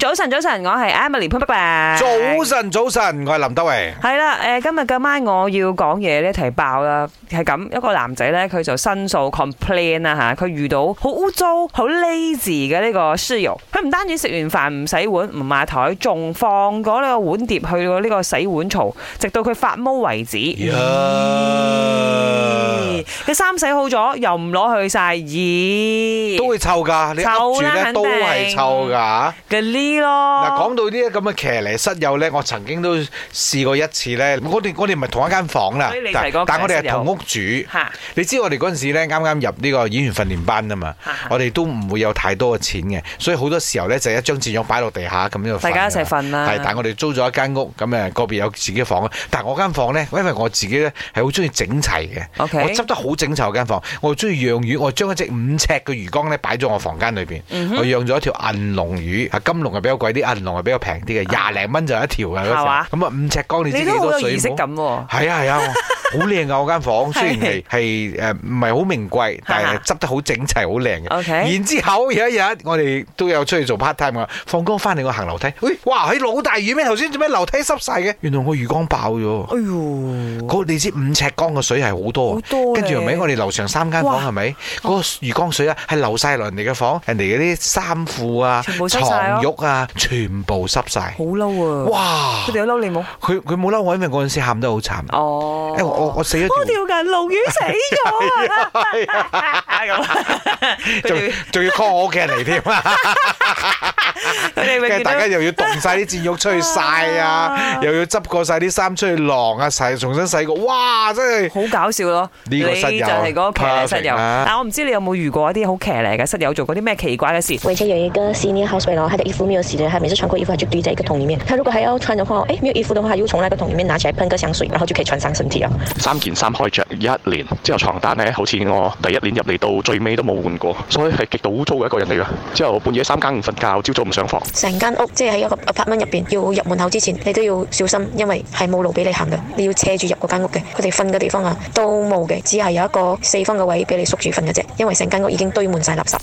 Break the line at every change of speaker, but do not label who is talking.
早晨，早晨，我係 Emily 潘碧
早
玲。
晨，早晨，我係林德榮。
係啦，誒，今日嘅晚我要講嘢呢題爆啦，係咁一個男仔咧，佢就申訴 complain 啦嚇，佢遇到好污糟、好 lazy 嘅呢個室友，佢唔單止食完飯唔洗碗、唔抹台，仲放咗呢個碗碟去到呢個洗碗槽，直到佢發毛為止。咦佢衫洗好咗又唔攞去晒，咦？
都會臭㗎，你
臭
噏住
啦哦
咧都係臭㗎。
嘅呢咯。
嗱，講到呢啲咁嘅騎呢室友咧，我曾經都試過一次咧。我哋我哋唔係同一間房啦
所以你，提
但
過
但我哋
騎呢
係
室友
同屋主。
嚇
你知我哋嗰陣時咧，啱啱入呢個演員訓練班啊嘛
嚇嚇，
我哋都唔會有太多嘅錢嘅，所以好多時候咧就一張紙張擺落地下咁樣。
大家一齊瞓啦
係，但我哋租咗一間屋，咁誒個別有自己房。但係我間房咧，因為我自己咧係好中意整齊嘅
OK
我執得好整齊我間房。我中意養魚，我將一隻五尺嘅魚缸咧擺咗我房間裏邊。
嗯
我養咗一條銀龍魚，啊金龍係比較貴啲，銀龍係比較平啲嘅，廿零蚊就有一條嘅嗰時
啊係
候
嘛
咁啊五尺缸你知
你
幾
都好
多
有
水
儀式
母
感喎。
係啊係啊，好靚噶我 間房，雖然係係誒唔係好名貴，但係執得好整齊，好靚嘅。
OK
然之後有一日，我哋都有出去做 part time 啊，放工翻嚟我行樓梯，喂，哇，喺老大雨咩？頭先做咩樓梯濕晒嘅？原來我魚缸爆咗。
哎呦，
嗰你知五尺缸嘅水係好多啊
好，多
跟住係咪？
咧
我哋樓上三間
哇
房係咪？嗰個魚缸水啊，係流晒落人哋嘅房，人哋嗰啲衫褲啊
全部、濕晒咯
床褥啊，全部濕晒。
好嬲啊！
哇
佢！哋有嬲你冇？
佢佢冇嬲我，因為嗰陣時喊得好慘。哎
哦，
誒我我我死咗條
我條銀龍魚死咗啊！咁佢
啊仲
哋
仲要 call 我屋企人嚟添 啊！
佢哋永
跟
遠
住大家
都
又要凍晒啲箭褥出去晒 啊，又要執過晒啲衫出去晾啊，洗重新洗過，哇！真係
好搞笑咯。
呢個室
你
友
就係嗰個騎呢室友
perfect 啊
但我唔知你有冇遇過一啲好騎呢嘅室友做過啲咩奇怪嘅事？
我以前有一个 senior housemate，然后他的衣服没有洗的，他每次穿过衣服他就堆在一个桶里面。他如果还要穿的话，哎，没有衣服的话，他又从那个桶里面拿起来喷个香水，然后就可以穿上身体了。啊
三件衫可以着一年，之後床單咧好似我第一年入嚟到最尾都冇換過，所以係極度污糟嘅一個人嚟㗎。之後半夜三更唔瞓覺，朝早唔上房。
成間屋即係喺一個 apartment 入邊，要入門口之前，你都要小心，因為係冇路俾你行嘅，你要斜住入嗰間屋嘅。佢哋瞓嘅地方啊，都冇嘅，只係有一個四方嘅位俾你縮住瞓嘅啫，因為成間屋已經堆滿晒垃圾。